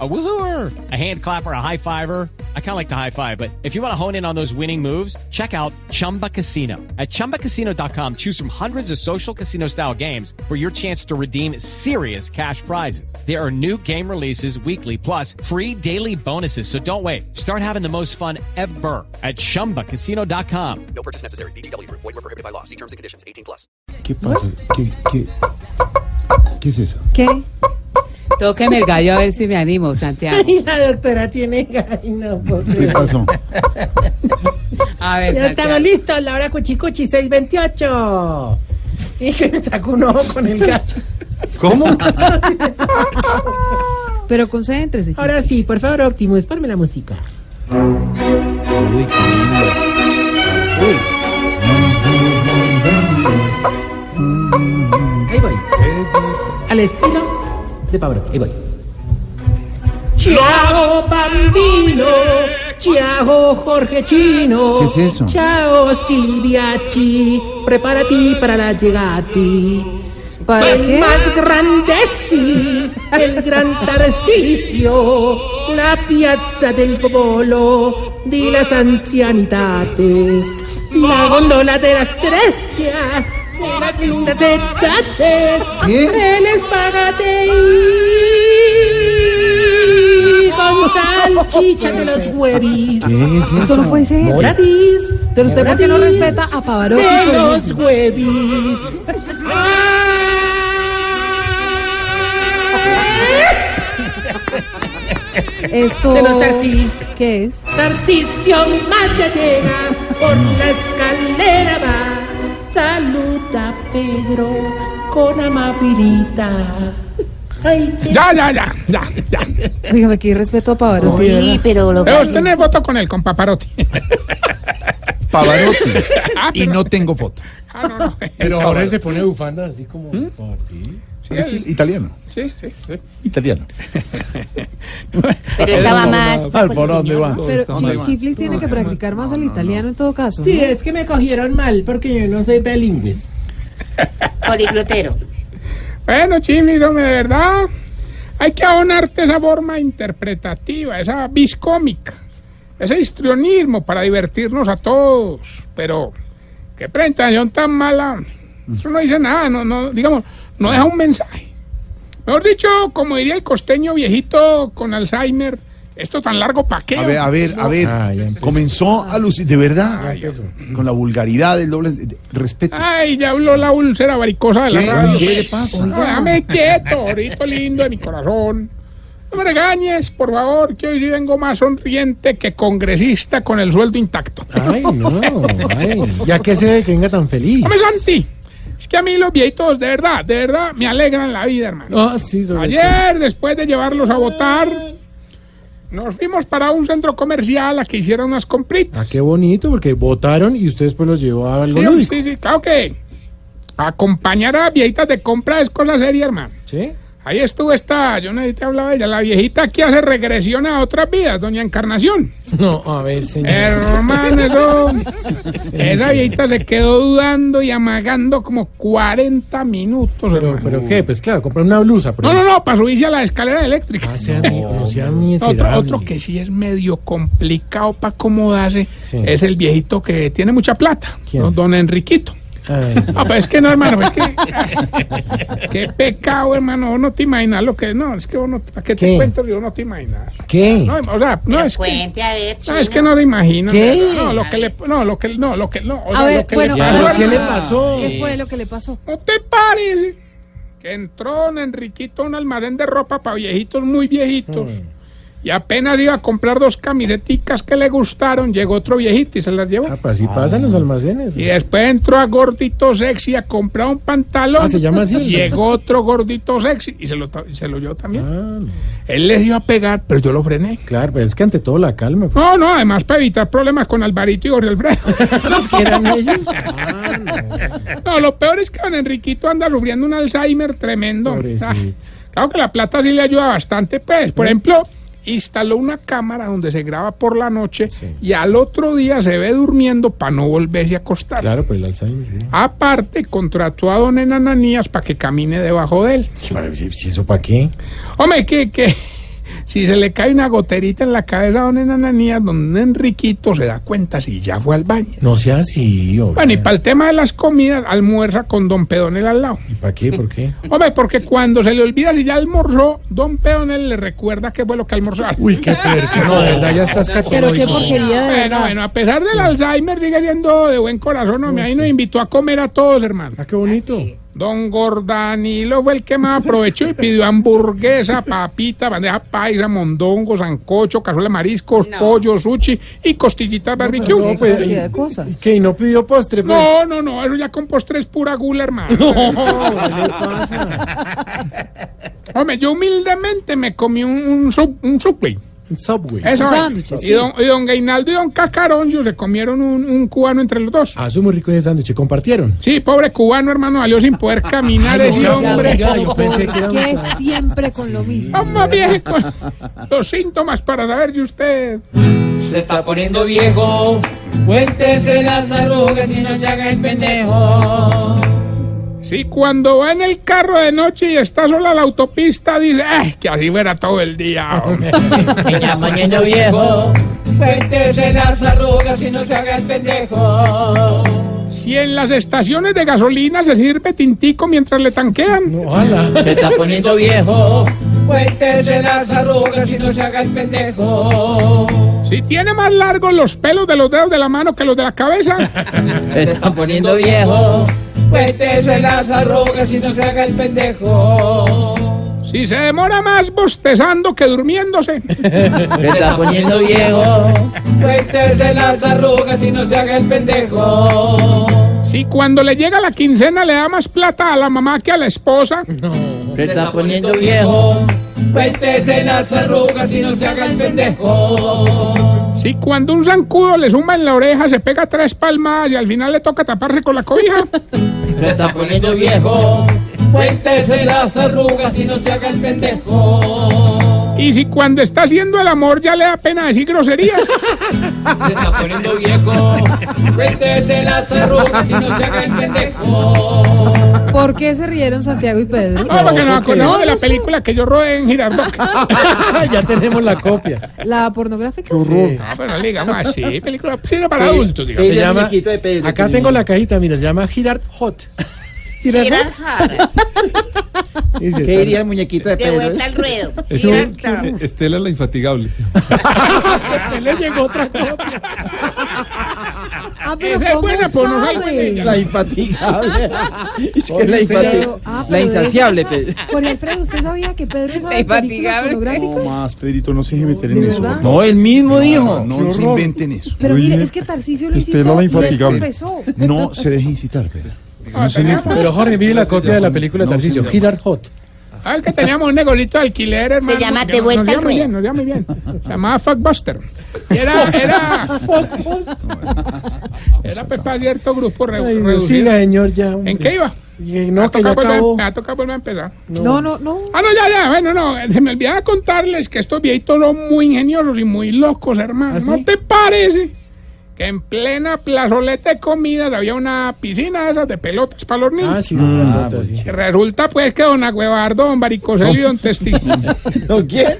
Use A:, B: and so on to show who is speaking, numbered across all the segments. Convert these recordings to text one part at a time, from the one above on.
A: A woohooer, a hand clapper, a high fiver. I kind of like the high five, but if you want to hone in on those winning moves, check out Chumba Casino. At chumbacasino.com, choose from hundreds of social casino style games for your chance to redeem serious cash prizes. There are new game releases weekly, plus free daily bonuses. So don't wait. Start having the most fun ever at chumbacasino.com.
B: No purchase necessary. BGW. Void were prohibited by law. See terms and conditions. 18 plus.
C: ¿Qué pasa? ¿Qué, qué, qué es eso?
D: ¿Qué? Tóqueme el gallo a ver si me animo, Santiago.
E: Ay, la doctora tiene ay, no, pues, puedo
C: ¿Qué
E: creer.
C: pasó?
D: A ver,
E: Ya estamos
D: Santiago.
E: listos, la hora cuchicuchi, 628. Y que me sacó un ojo con el gallo.
C: ¿Cómo?
D: Pero concéntrese, chico.
E: Ahora sí, por favor, Optimus, ponme la música.
C: Uy, qué lindo. Uy.
E: Ahí voy. Al estilo de Pavarotti. Ahí voy. Chao, Bambino. Chao, Jorge Chino.
C: ¿Qué es eso?
E: Chao, Silviachi. Prepárate para la llegati.
D: ¿Para
E: el
D: qué?
E: más grande sí, el gran Tarcisio, la piazza del popolo, di las ancianidades, la góndola de las estrellas, de las lindas edades,
C: ¿Qué?
E: el espagate y con salchicha de los huevis,
C: ¿Qué es eso?
D: Eso no puede ser.
E: moradís,
D: Pero usted por qué no
E: moradís.
D: respeta a Pavarotti.
E: De
D: por
E: los
D: ejemplo?
E: huevis.
D: Esto...
E: de los Tarsis.
D: ¿Qué es?
E: Oh. Tarcisio Maya llega, por la escalera va. Saluda a Pedro con amabilidad. Ay, qué-
F: Ah, Ya, ya, ya, ya, ya.
D: Dígame, qué respeto a Pavarotti, ¿verdad?
G: pero lo
F: Debes tener voto con él, con Paparotti.
C: Pavarotti. Y no tengo foto.
F: Ah, no, no.
C: Pero ahora es
E: pone bufanda así como.
C: italiano.
F: Sí, sí, sí.
C: Italiano.
G: Pero estaba más.
C: Ah, ¿Por dónde va?
D: Pero Chi- Chiflis tiene que practicar más el italiano en todo caso.
E: Sí, es que me cogieron mal porque yo no soy bilingüe.
G: Policlotero.
F: Bueno, Chimi, no, de verdad. Hay que abonarte esa forma interpretativa, esa biscómica, ese histrionismo para divertirnos a todos. Pero, qué presentación tan mala.
C: Mm.
F: Eso no dice nada, no, no, digamos, no deja un mensaje. Mejor dicho, como diría el costeño viejito con Alzheimer, esto tan largo pa' qué.
C: A ver, a ver, a ver. Comenzó a lucir, de verdad, con la vulgaridad del doble. de- Respeto.
F: Ay, ya habló la úlcera varicosa de
C: ¿Qué,
F: Ah, la radio.
C: ¿Qué le pasa?
F: No, déjame quieto, orito lindo de mi corazón. No me regañes, por favor, que hoy sí vengo más sonriente que congresista con el sueldo intacto.
E: Ay, no. ya que se ve que venga tan feliz.
F: Hombre, Santi, es que a mí los viejitos, de verdad, de verdad, me alegran la vida, hermano.
E: Ah, sí, sobre
F: Ayer, después de llevarlos a votar, nos fuimos para un centro comercial a que hicieran unas compritas.
E: Ah, qué bonito, porque votaron y ustedes pues los llevó a algo
F: Sí,
E: lúdico.
F: sí, sí, claro que acompañar a viejitas de compra es cosa seria, hermano.
E: ¿Sí?
F: Ahí estuvo esta, yo nadie te hablaba de ella, la viejita que hace regresión a otras vidas, doña Encarnación.
E: No, a ver, señor.
F: Hermano, eso- esa viejita se quedó dudando y amagando como 40 minutos.
E: Pero,
F: hermano.
E: pero qué, pues claro, comprar una blusa. Por
F: No, no, no, para subirse a la escalera eléctrica.
E: Ah, sea mi- no sea
F: Otro,
E: miserable.
F: otro que sí es medio complicado para acomodarse
E: Sí.
F: es el viejito que tiene mucha plata,
E: ¿Quién?
F: don- don Enriquito.
E: Ay,
F: Ah, pero es que no, hermano, es que. qué pecado, hermano. Vos no te imaginas lo que. No, es que vos no. ¿Para qué te
E: ¿Qué?
F: cuento? Yo no te imaginas.
E: ¿Qué?
F: No, o sea, no
G: Pero
F: es que.
G: cuente, a ver.
F: No, es que
G: chino.
F: no lo imagino.
E: ¿Qué?
F: No, lo que le. No, lo que. No, lo que. No, o sea,
D: A ver,
F: lo que
D: bueno,
F: le
D: ahora
E: ¿Pero
F: pasó,
E: qué le
D: resulta-
E: pasó?
D: ¿Qué fue lo que le pasó?
F: No te pares. Que entró en Enriquito a un almacén de ropa para viejitos muy viejitos.
E: Mm.
F: Y apenas iba a comprar dos camiseticas que le gustaron, llegó otro viejito y se las llevó.
E: Ah, pues así pasan los almacenes. Ah,
F: Y después entró a Gordito Sexy a comprar un pantalón.
E: Ah, ¿se llama así?
F: Llegó otro Gordito Sexy y se lo, ta- y se lo llevó también.
E: Ah, no.
F: Él les iba a pegar, pero yo lo frené.
E: Claro, pero es que ante todo la calma. pues,
F: No, no, además para evitar problemas con Alvarito y Jorge Alfredo.
E: ¿Los pues, que eran ellos? Ah, no.
F: no, lo peor es que don Enriquito anda sufriendo un Alzheimer tremendo.
E: Pobrecito. ¿Eh?
F: Ah, Claro que la plata sí le ayuda bastante, pues. Por ejemplo, instaló una cámara donde se graba por la noche
H: Sí.
F: y al otro día se ve durmiendo para no volverse a acostar.
H: Claro, por el Alzheimer. ¿no?
F: Aparte, contrató a don Enananías para que camine debajo de él.
H: Ay, Si, si eso para qué.
F: Hombre, que, que si se le cae una goterita en la cabeza a don Enananías, don Enriquito se da cuenta si ya fue al baño.
H: No sea así. hombre.
F: Bueno, y para el tema de las comidas, almuerza con don Pedonel al lado.
H: ¿Y para qué? ¿Por qué?
F: Hombre, porque cuando se le olvida si ya almorzó, don Pedonel le recuerda qué fue lo que almorzaron.
H: Uy, qué perca. No, de verdad, ya estás
I: Pero qué
H: categórico.
I: porquería de
F: Bueno,
I: verdad.
F: bueno, a pesar del Alzheimer, sigue siendo de buen corazón, hombre. Ahí nos invitó a comer a todos, hermano.
H: Ah, qué bonito.
F: Don Gordanilo fue el que más aprovechó y pidió hamburguesa, papita, bandeja paisa, mondongo, sancocho, cazuela de mariscos,
D: No.
F: pollo, sushi y costillitas barbecue.
H: No, pues,
I: Cantidad de
H: y-
I: cosas.
H: ¿y ¿Qué? ¿Y no pidió postre? pues?
F: No, no, no, eso ya con postre es pura gula, hermano.
H: ¿Qué le pasa?
F: Hombre, yo humildemente me comí un, un, sub- un Subway.
H: Un Subway.
D: Un
F: Eso es.
D: sándwich,
F: y,
D: sí.
F: don, y don Gainaldo y don Cacaroncio se comieron un, un cubano entre los dos.
H: Ah, eso es muy rico ese sándwich. ¿Compartieron?
F: Sí, pobre cubano, hermano, salió sin poder caminar
H: Ay, no,
F: ese
H: ya,
F: hombre.
H: ya, yo pensé que era un
I: Que siempre con lo mismo.
F: Vamos viejo, con los síntomas para saber de usted.
J: Se está poniendo viejo. Cuéntese las arrugas y no se haga el pendejo.
F: Si cuando va en el carro de noche y está sola en la autopista, dice, "Ay, que así fuera todo el día. hombre".
J: Se está poniendo viejo. Cuéntese las arrugas y no se haga el pendejo.
F: si en las estaciones de gasolina se sirve tintico mientras le tanquean.
H: Ojalá.
J: Se está poniendo viejo. Cuéntese las arrugas y no se haga el pendejo.
F: Si tiene más largos los pelos de los dedos de la mano que los de la cabeza.
J: Se está poniendo viejo. Cuéntese las arrugas y no se haga el pendejo.
F: si se demora más bostezando que durmiéndose.
J: Se está poniendo viejo. Cuéntese las arrugas y no se haga el pendejo.
F: si cuando le llega la quincena le da más plata a la mamá que a la esposa.
J: Se está poniendo viejo. Cuéntese las arrugas y no se haga el pendejo.
F: si cuando un zancudo le suma en la oreja se pega tres palmadas y al final le toca taparse con la cobija.
J: Se está poniendo viejo. Cuéntese las arrugas y no se haga el pendejo.
F: Y si cuando está haciendo el amor ya le da pena decir groserías.
J: Se está poniendo viejo. Cuéntese las arrugas y no se haga el pendejo.
I: ¿Por qué se rieron Santiago y Pedro?
F: No, porque nos
H: ¿por qué?
F: acordamos de la película que yo rodé en Girardot.
H: ya tenemos la copia.
I: ¿La pornográfica?
H: Sí.
F: No, pero digamos así, película sirve para adultos, digamos.
H: Se llama, acá tengo la cajita, mira, se llama Girard Hot.
G: Girar jarra,
H: Dice,
J: el muñequito
G: de vuelta al ruedo.
K: Eso-
G: Girar jarra.
K: Estela la infatigable.
H: se le llegó otra copia.
I: Ah, pero
F: Esa es
I: ¿cómo
F: buena, pues, no salgo de
I: sabe?
F: ella.
J: La infatigable. Es que la
I: Pero- ah, pero
J: insaciable. pe-
I: Jorge Alfredo, ¿usted sabía que Pedro es una película
G: Infatigable.
I: pornográfica?
C: No más, Pedrito, no se deje meter en
I: ¿De
C: eso.
I: verdad?
J: No, él mismo dijo.
C: No se inventen eso.
I: Pero mire,
K: Oye,
I: es que Tarcisio lo
K: Estela
I: incitó
K: la
I: y él
K: infatigable.
I: confesó.
C: No se deje incitar, Pedro.
F: Ah, teníamos-
H: Pero Jorge, mire la copia de la película
K: No,
H: Tarcisio,
K: sí, sí.
H: Girard Hot.
F: Ah, es que teníamos un negocito de alquiler, hermano.
G: Se llama
F: que
G: De
F: nos-
G: Vuelta
F: nos
G: al
F: muy
G: Ruedo.
F: bien, nos llamaba bien. Se llamaba Fuckbuster. Y Era, era, era pues, para cierto grupo re-
H: Ay, Dios,
F: reducido.
H: siga, señor, ya. hombre.
F: ¿En qué iba?
H: Y
F: Me
H: No,
F: ha
H: que ya
F: tocado volver-
H: acabó.
F: me ha tocado volver a empezar.
I: No, no, no.
F: Ah, no, ya, ya, bueno, no, eh, se me olvidaba contarles que estos viejitos son muy ingeniosos y muy locos, hermano.
H: ¿Ah, sí?
F: ¿No te parece que en plena plazoleta de comidas había una piscina de esas de pelotas para los niños?
H: Ah, sí, son grandotas, sí.
F: Que Resulta pues que don Agüebardo, don Baricoselio y don Testi...
J: ¿No quién?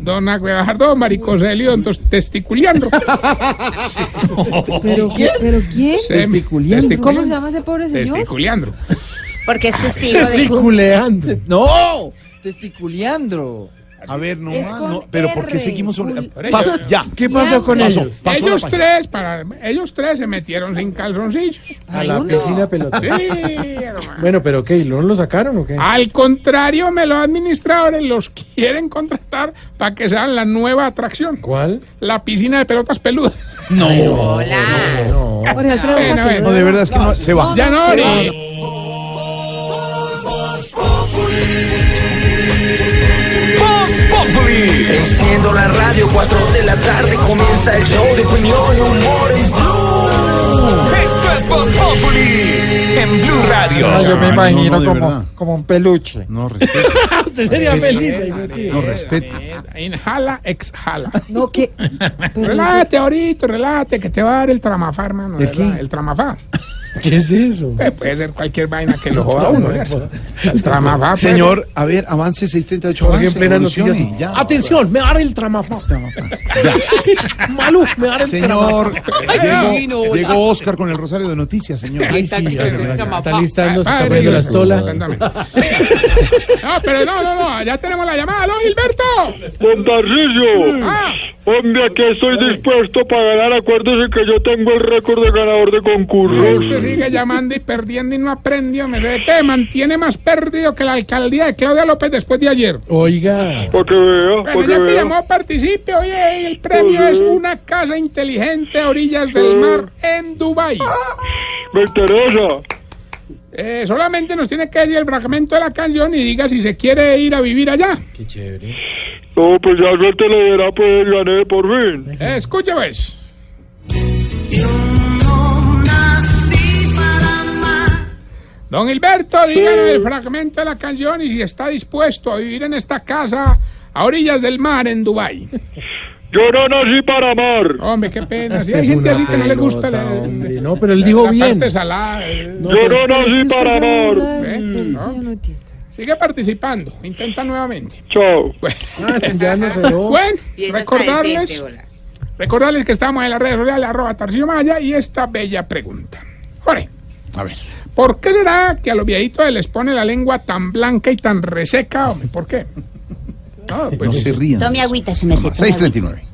F: don Agüebardo, don Baricoselio y don Tos- Testiculiandro.
I: ¿Pero quién? ¿Pero quién?
F: Se- Testiculiandro.
I: ¿Cómo se llama ese pobre
F: Este
I: señor?
F: Testiculiandro.
G: Porque es testigo de...
H: Testiculeando.
J: No, testiculeandro.
C: A ver, no
I: Es
C: más,
I: con
C: no, pero ¿por qué
I: R,
C: seguimos sobre.?
I: Juli-
C: Paso, ya.
H: ¿Qué pasó con
C: Pasó,
H: ellos?
C: pasó la
F: Ellos
C: página.
F: tres, para, ellos tres se metieron sin calzoncillos.
H: A la piscina pelota.
F: Sí, Ah. hermano.
H: Bueno, pero ¿qué? ¿Y ¿No lo sacaron o qué?
F: Al contrario, me los administradores los quieren contratar para que sean la nueva atracción.
H: ¿Cuál?
F: La piscina de pelotas peludas.
G: Hola.
H: No.
I: Jorge Alfredo,
F: Eh, no,
I: sáquelo.
F: eh,
C: No, de verdad es que no, se va.
F: Ya no,
I: Sí.
F: ni-
B: Enciendo la radio, 4 de la tarde comienza el show de opinión y humor en Blue. Esto es
K: es Voz Populi en Blue Radio.
C: No, yo me imagino No, no, de como- verdad.
F: un peluche.
C: No respeta.
H: Usted sería feliz ahí
C: No
H: metido.
C: respeta.
F: Inhala, exhala.
I: No, que.
F: Relájate, ahorita, relájate, que te va a dar el tramafá, hermano.
C: ¿El
F: de verdad,
C: qué?
F: El tramafá.
H: ¿Qué es eso?
F: Eh, puede ser cualquier vaina que lo joda a uno. ¿verdad? El tramafá. puede
C: Señor, a ver, avance 638.
H: Jorge en
C: avance,
H: plena noticia. Ah,
C: evolucione, ya.
H: Atención, me haré el tramafá. Maluf, me haré el
C: Señor,
D: Ay,
C: llegó,
D: no.
C: llegó Oscar con el rosario de noticias, señor.
H: Ay, sí,
D: Está-
H: gracias,
D: está
H: gracias.
D: tramafá.
H: está listando, se está
F: Padre,
H: poniendo la
F: Dios,
H: estola.
F: cuéntame. No, pero no, no, no, ya tenemos la llamada, ¿no, Gilberto?
L: Bombarrillo,
F: Ah,
L: hombre, aquí estoy dispuesto para ganar. Acuérdese que yo tengo el récord de ganador de concursos.
F: este sigue llamando y perdiendo y no aprendió, me ve, te mantiene más perdido que la alcaldía de Claudia López después de ayer.
H: Oiga,
L: Para que vea,
F: Bueno,
L: para
F: ya
L: que
F: que
L: vea.
F: llamó, participe, oye, y el premio es una casa inteligente a orillas del mar en Dubái.
L: Me interesa.
F: Eh, solamente nos tiene que decir el fragmento de la canción y diga si se quiere ir a vivir allá.
H: qué chévere.
L: No, pues ya suerte le dirá, pues gané por fin.
F: Eh, escuche, pues. Don Gilberto, díganos el fragmento de la canción y si está dispuesto a vivir en esta casa a orillas del mar en Dubái.
L: Yo no nací para amar.
F: Hombre, qué pena. Si
H: Esta
F: hay
H: Este es
F: gente
H: una
F: así que no le gusta
H: pelota,
F: la,
H: hombre. No, pero él
F: la-
H: dijo
F: la
H: bien.
F: parte salada. eh.
L: Yo no
I: Es que
L: nací
I: usted
L: para
I: se burla
L: amar.
I: de
F: ¿Eh?
I: mí, es que
F: ¿No?
I: yo no entiendo.
F: Sigue participando. Intenta nuevamente.
L: Chao.
F: Bueno,
H: Ah, está enviándose dos.
F: bueno,
G: Y esa está decente,
F: recordarles,
G: hola.
F: recordarles que estamos en las redes sociales, arroba Tarcillo Maya, y esta bella pregunta. Jorge,
C: A ver.
F: ¿por qué será que a los viejitos se les pone la lengua tan blanca y tan reseca? Hombre? ¿Por qué? No,
C: no
F: pues,
C: se rían.
G: Tome agüita, se me seca. la
C: 639.